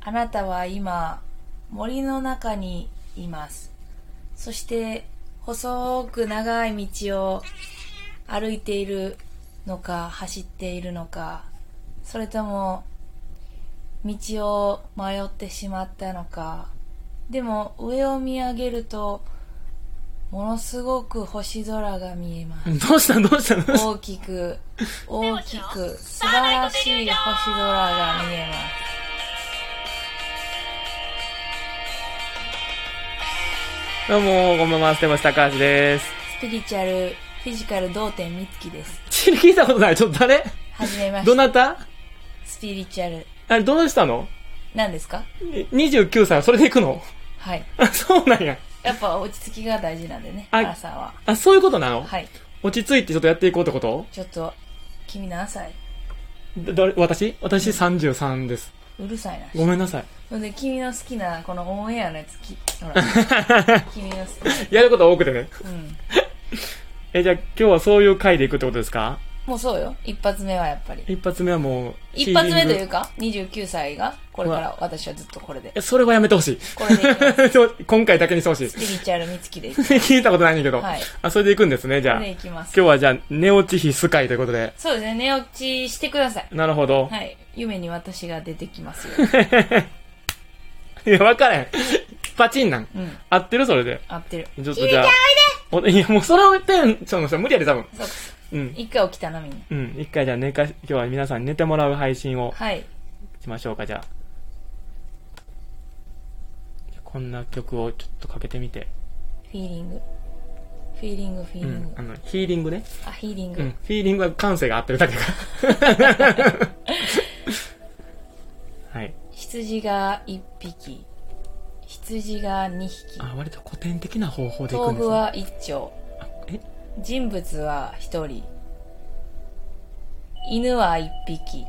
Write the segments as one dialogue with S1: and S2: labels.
S1: あなたは今森の中にいますそして細く長い道を歩いているのか走っているのかそれとも道を迷ってしまったのかでも上を見上げるとものすごく星空が見えます
S2: どうしたどうしたどうした
S1: 大きく大きく素晴らしい星空が見えます
S2: どうも、こんばんは、ステマス高橋です。
S1: スピリチュアル、フィジカル、同点みつきです。
S2: ち聞いたことない。ちょっと誰
S1: はじめま
S2: ど
S1: して。
S2: なた
S1: スピリチュアル、
S2: あれ、どうしたの
S1: 何ですか
S2: に ?29 歳、それで行くの
S1: はい。
S2: あ、そうなんや。
S1: やっぱ落ち着きが大事なんでね、
S2: はい
S1: 朝は。
S2: あ、そういうことなの、
S1: はい。
S2: 落ち着いてちょっとやっていこうってこと
S1: ちょっと、君何歳
S2: だ誰私私33です。
S1: うるさいな。
S2: ごめんなさい。
S1: ほんで、君の好きな、このオンエアのやつ、きほら。 君の好
S2: やること多くてね。
S1: き。うん。
S2: え、じゃあ今日はそういう回で行くってことですか
S1: もうそうよ。一発目はやっぱり。
S2: 一発目はもう、
S1: 一発目とい
S2: シーリン
S1: う
S2: グ
S1: か、29歳が、これから私はずっとこれで。
S2: え、それはやめてほしい。
S1: これでいきま
S2: そう今回だけにしてほしい
S1: ス。ピリチュアルみつきで。こ
S2: 聞いたことないんだけど。
S1: はい
S2: あ、それで行くんですね、じゃあ。
S1: れでい
S2: 今
S1: きます
S2: 日。はじゃあ、寝落ち比スカイということで。
S1: そうですね、寝落ちしてください。
S2: なるほど。
S1: はい。夢に私が出てきます よ。
S2: いや、わからへん。パチンなん。
S1: うん。
S2: 合ってるそれで。
S1: 合ってる。
S2: ちょっとじゃあ。おいや、もうそれをテンションの人は無理やで、多分。
S1: そう
S2: うん。
S1: 一回起きたな、みんな。
S2: うん。一回じゃあ寝かし、今日は皆さんに寝てもらう配信を
S1: はい。
S2: しましょうか、じゃあ。じゃあこんな曲をちょっとかけてみて。
S1: フィーリング。フィーリング、フィー
S2: う
S1: リング。
S2: ん。あの、ヒーリングね。
S1: あ、ヒーリング。
S2: うん。フィーリングは感性が合ってるだけか。 はい。
S1: 羊が一匹。羊が二匹。
S2: あ、割と古典的な方法でいく
S1: 頭
S2: んです
S1: 部
S2: ね。
S1: は一丁。
S2: あえ
S1: 人物は一人。犬は一匹。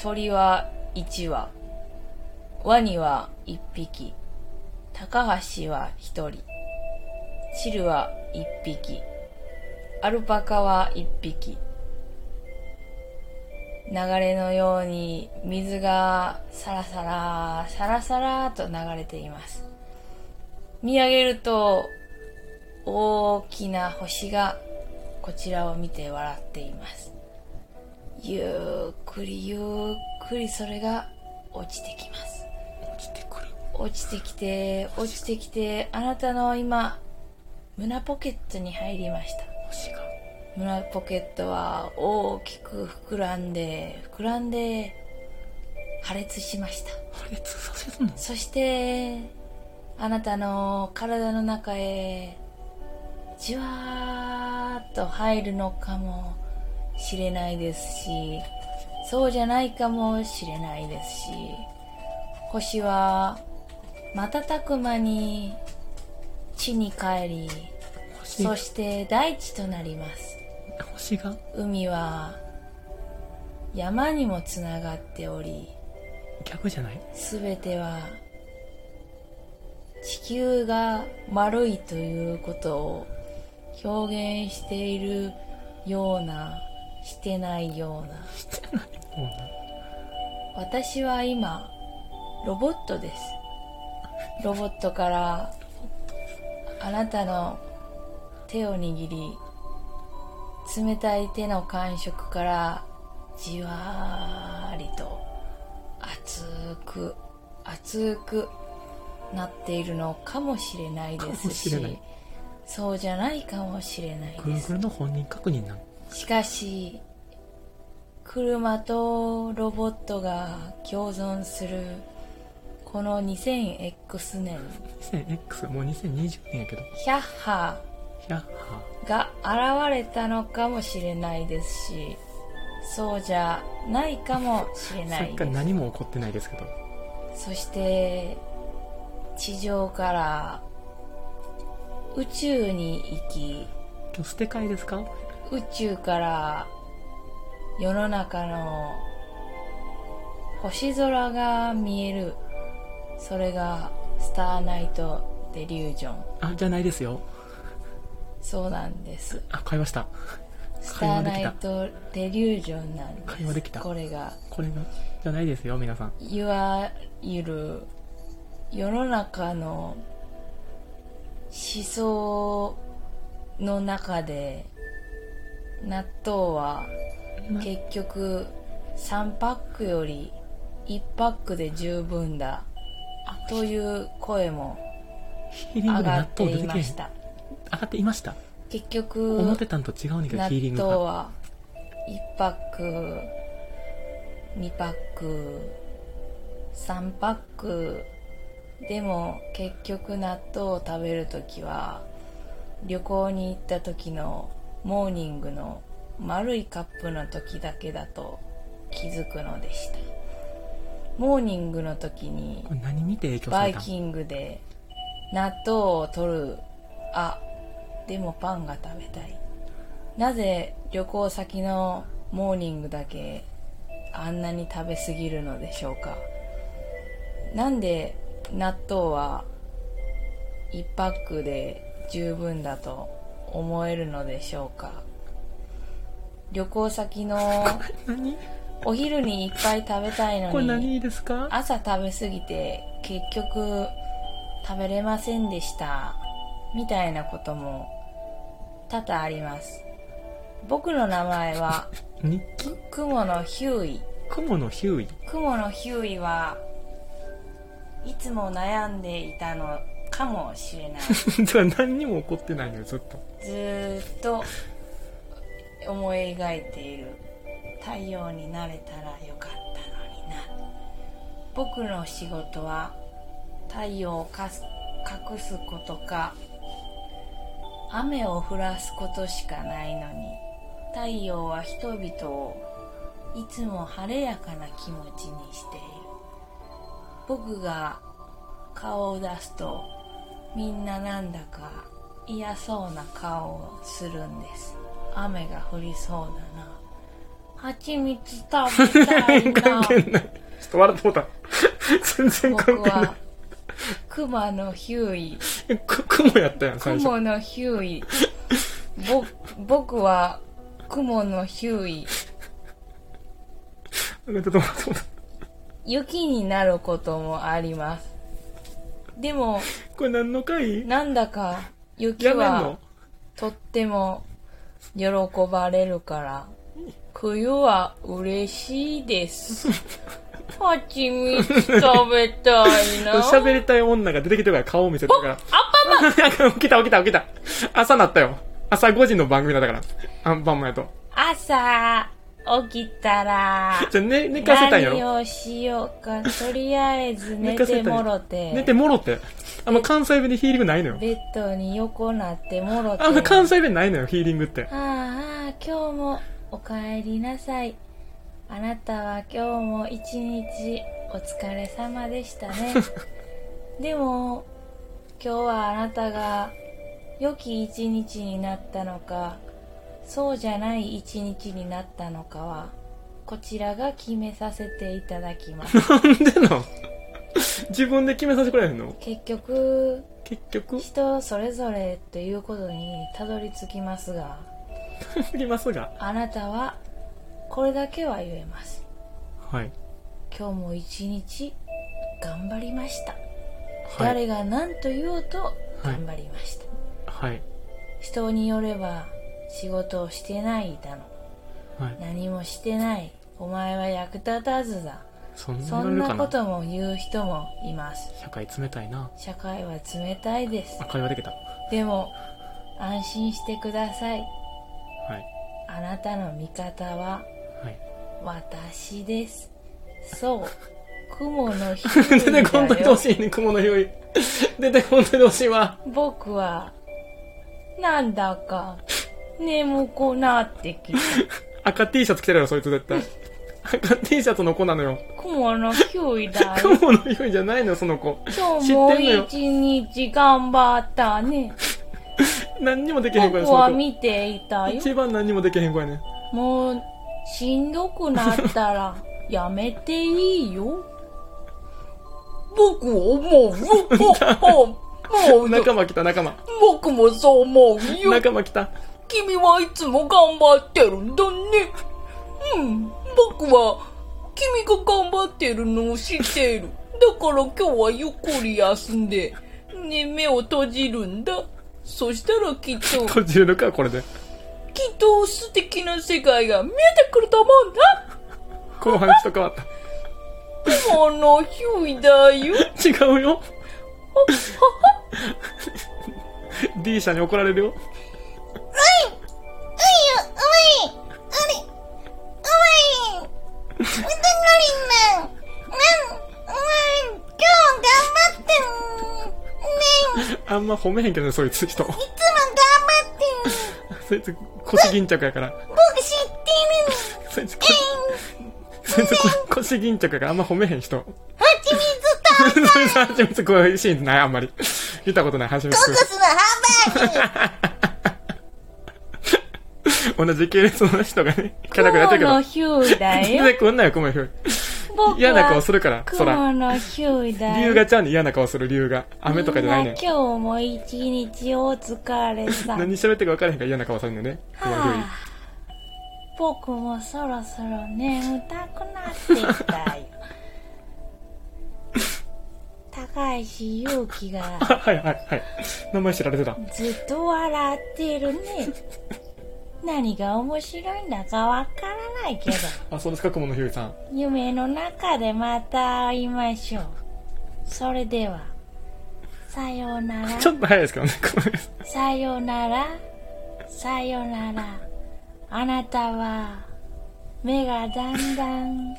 S1: 鳥は一羽。ワニは一匹。高橋は一人。チルは一匹。アルパカは一匹。流れのように水がサラサラ、サラサラと流れています。見上げると大きな星がこちらを見て笑っていますゆっくりゆっくりそれが落ちてきます
S2: 落ちてくる。
S1: 落ちてきて落ちてきてあなたの今胸ポケットに入りました
S2: 星が。
S1: 胸ポケットは大きく膨らんで膨らんで破裂しました
S2: 破裂させるの
S1: そしてあなたの体の中へじわーっと入るのかもしれないですしそうじゃないかもしれないですし星は瞬く間に地に帰り
S2: 星
S1: そ
S2: が。
S1: して大地となります
S2: 星が。
S1: 海は山にもつながっており
S2: 逆じゃない
S1: すべては地球が丸いということを表現しているようなしてないような
S2: うん
S1: 私は今ロボットですロボットからあなたの手を握り冷たい手の感触からじわーりと熱く熱くなっているのかもしれないで
S2: かも
S1: す
S2: し
S1: し
S2: れない
S1: そうじゃないかもしれないです
S2: Google の本人確認なの
S1: しかし車とロボットが共存するこの 2000X 年
S2: 2000X もう2020年やけど
S1: ヒャッハ
S2: ヤッハ
S1: ーが現れたのかもしれないですしそうじゃないかもしれな
S2: さっ
S1: い
S2: き
S1: で
S2: から
S1: す
S2: 何も起こってないですけど
S1: そして地上から宇宙に行き
S2: 今日捨て替えですか
S1: 宇宙から世の中の星空が見えるそれがスターナイトデリュージョン
S2: あじゃないですよ
S1: そうなんです
S2: あ買いました
S1: ス
S2: 会
S1: ター
S2: 話で
S1: ナ
S2: き
S1: イ
S2: た
S1: トデリュージョンなんです。
S2: 会話できた
S1: これが、
S2: これがじゃないですよ皆さん
S1: いわゆる世の中の思想の中で納豆は結局3パックより1パックで十分だという声も
S2: ヒーリング
S1: 上
S2: で
S1: が
S2: 納
S1: って
S2: 豆出
S1: い
S2: て
S1: ま
S2: けへん
S1: し
S2: 上
S1: た
S2: がっていました
S1: 結局
S2: 思ってたんと違うねんけど
S1: 納
S2: ヒーリング
S1: 豆
S2: が
S1: は1パック2パック3パックでも結局納豆を食べる時は旅行に行った時のモーニングの丸いカップの時だけだと気づくのでしたモーニングの時に
S2: これ何見て影響さ
S1: バ
S2: れ
S1: イ
S2: たん
S1: キングで納豆を取るあでもパンが食べたいなぜ旅行先のモーニングだけあんなに食べ過ぎるのでしょうかなんで納豆は1パックで十分だと思えるのでしょうか旅行先の
S2: 何
S1: お昼にいっぱい食べたいのに
S2: これ何ですか
S1: 朝食べ過ぎて結局食べれませんでしたみたいなことも多々あります僕の名前は
S2: 日記
S1: 雲のヒューイ
S2: 雲のヒューイ
S1: 雲のヒューイはいつも悩んでいたのかもしれない
S2: だから何にも起こってないのよずっと
S1: ずーっと思い描いている太陽になれたらよかったのにな僕の仕事は太陽をかす隠すことか雨を降らすことしかないのに太陽は人々をいつも晴れやかな気持ちにしている僕が顔を出すとみんななんだか嫌そうな顔をするんです雨が降りそうだな蜂蜜食べたい
S2: 関
S1: な
S2: 係ないちょっと笑ってもうた全然
S1: 僕
S2: 関係
S1: は
S2: な
S1: 熊のヒューイ
S2: いく雲やったやん最初
S1: 雲のヒューイぼ僕は雲のヒューイ
S2: ちょっと待ってもうた
S1: 雪になることもありますでも
S2: これ何の回
S1: なんだか雪
S2: やめん
S1: は
S2: の
S1: とっても喜ばれるから冬は嬉しい です蜂蜜食べたいな
S2: 喋りたい女が出てきてるから顔を見せてるから。アンパンマン起きた起きた起きた。朝なったよ。朝5時の番組だったから。アンパンマンやと。
S1: 朝起きたら
S2: じゃあ、ね、寝かせたんやろ。
S1: 何をしようかとりあえず寝
S2: 寝かせ
S1: て
S2: たんや
S1: もろて
S2: 寝てもろって。あんま関西弁でヒーリングないのよ。
S1: ベッドに横なってもろて
S2: あんま関西弁ないのよ、ヒーリングって。
S1: ああああ今日もおかえりなさいあなたは今日も一日お疲れ様でした ねでも今日はあなたが良き一日になったのかそうじゃない一日になったのかはこちらが決めさせていただき ます
S2: なんでの自分で決めさせてくれへんの
S1: 結局
S2: 結局、
S1: 人それぞれということにたどり着きますが
S2: 振りますが。
S1: あなたはこれだけは言えます
S2: はい。
S1: 今日も一日頑張りました、
S2: はい。
S1: 誰が何と言おうと
S2: い
S1: 頑張りました、
S2: はい。
S1: 人によれば仕事をしてないだの
S2: はい。
S1: 何もしてないお前は役立たずだ
S2: そんな言
S1: そ
S2: わ
S1: ん
S2: れる
S1: な
S2: か
S1: こ
S2: な
S1: とも言う人もいます
S2: 社会冷たいな。
S1: 社会は冷たいです
S2: あ、会話できた。は
S1: でも安心してください
S2: い。
S1: あなたの味方は
S2: はい。
S1: 私ですそう雲の日
S2: 出てこんといてほしいね、雲の匂い。 出てこんといてほしいわ。
S1: 僕はなんだか眠くなって きた
S2: 赤 T シャツ着てるよ、そいつ絶対。赤 T シャツの子なのよ。
S1: 雲の9位だよ
S2: 雲の匂いじゃないのよ、その子。
S1: 今
S2: 知
S1: 日
S2: っ
S1: も
S2: てんのよ
S1: 一日頑張った ね
S2: 何にもできへん子やね
S1: 僕は
S2: その
S1: 見ていた
S2: 子。
S1: よ
S2: 一番何にもできへん子やね。
S1: もうしんどくなった らやめていいよ僕は思うよもうもう
S2: 仲間来た、仲間。
S1: 僕もそう思うよ
S2: 仲間来た。
S1: 君はいつも頑張ってるんだね。うん、僕は君が頑張ってるのを知っている。だから今日はゆっくり休んで、ね、目を閉じるんだ。そしたらきっと、
S2: 閉じるのか、これで。
S1: きっと素敵な世界が見えてくると思うんだ。
S2: 後半人変わった。
S1: この日だよ。
S2: 違うよ。D 社に怒られるよ。
S3: ういよ、うまい。あれ、うまい。うどんのりんなん。うん、うん、今日頑張ってん。ねん、いつも
S2: あんま褒めへんけどね、そいつ人。
S3: 頑張ってん。
S2: そいつ、腰巾着やから。
S3: 僕知ってる。
S2: そいつ、腰そいつ腰巾着やからあんま褒めへん人。
S3: はちみつと
S2: そいつ初めてこういうシーンない、あんまり。見たことない、初めて
S3: ココスのハンバーグ。
S2: 同じ系列の人がね、キャラクターやってるけど。
S1: ヒューだ
S2: 全。然来んなよ、この人。
S1: 僕は
S2: 嫌な顔するから、そら。
S1: のヒューだ
S2: 理由がちゃうに嫌な顔する理由が。雨とかじゃないねん
S1: みん。な今日も一日お疲れさ。
S2: 何喋ってるか分からへんから嫌な顔されるんだよね。こ のルイ
S1: はあ僕もそろそろ眠たくなってきたよ。高橋優希が
S2: あはいはいはい。名前知られてた。
S1: ずっと笑ってるね。何が面白いんだかわからないけど、
S2: あ、そうですか、雲のひゅういさん。
S1: 夢の中でまた会いましょう。それでは、さようなら。
S2: ちょっと早いですけどね、この
S1: さよなら、さよなら、あなたは目がだんだん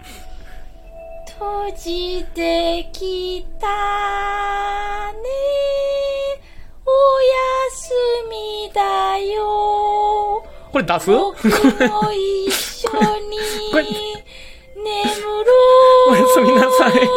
S1: 閉じてきたね。おやすみだよ。
S2: これ出す
S1: 僕も一緒に
S2: これ
S1: 眠ろう。
S2: おやすみなさい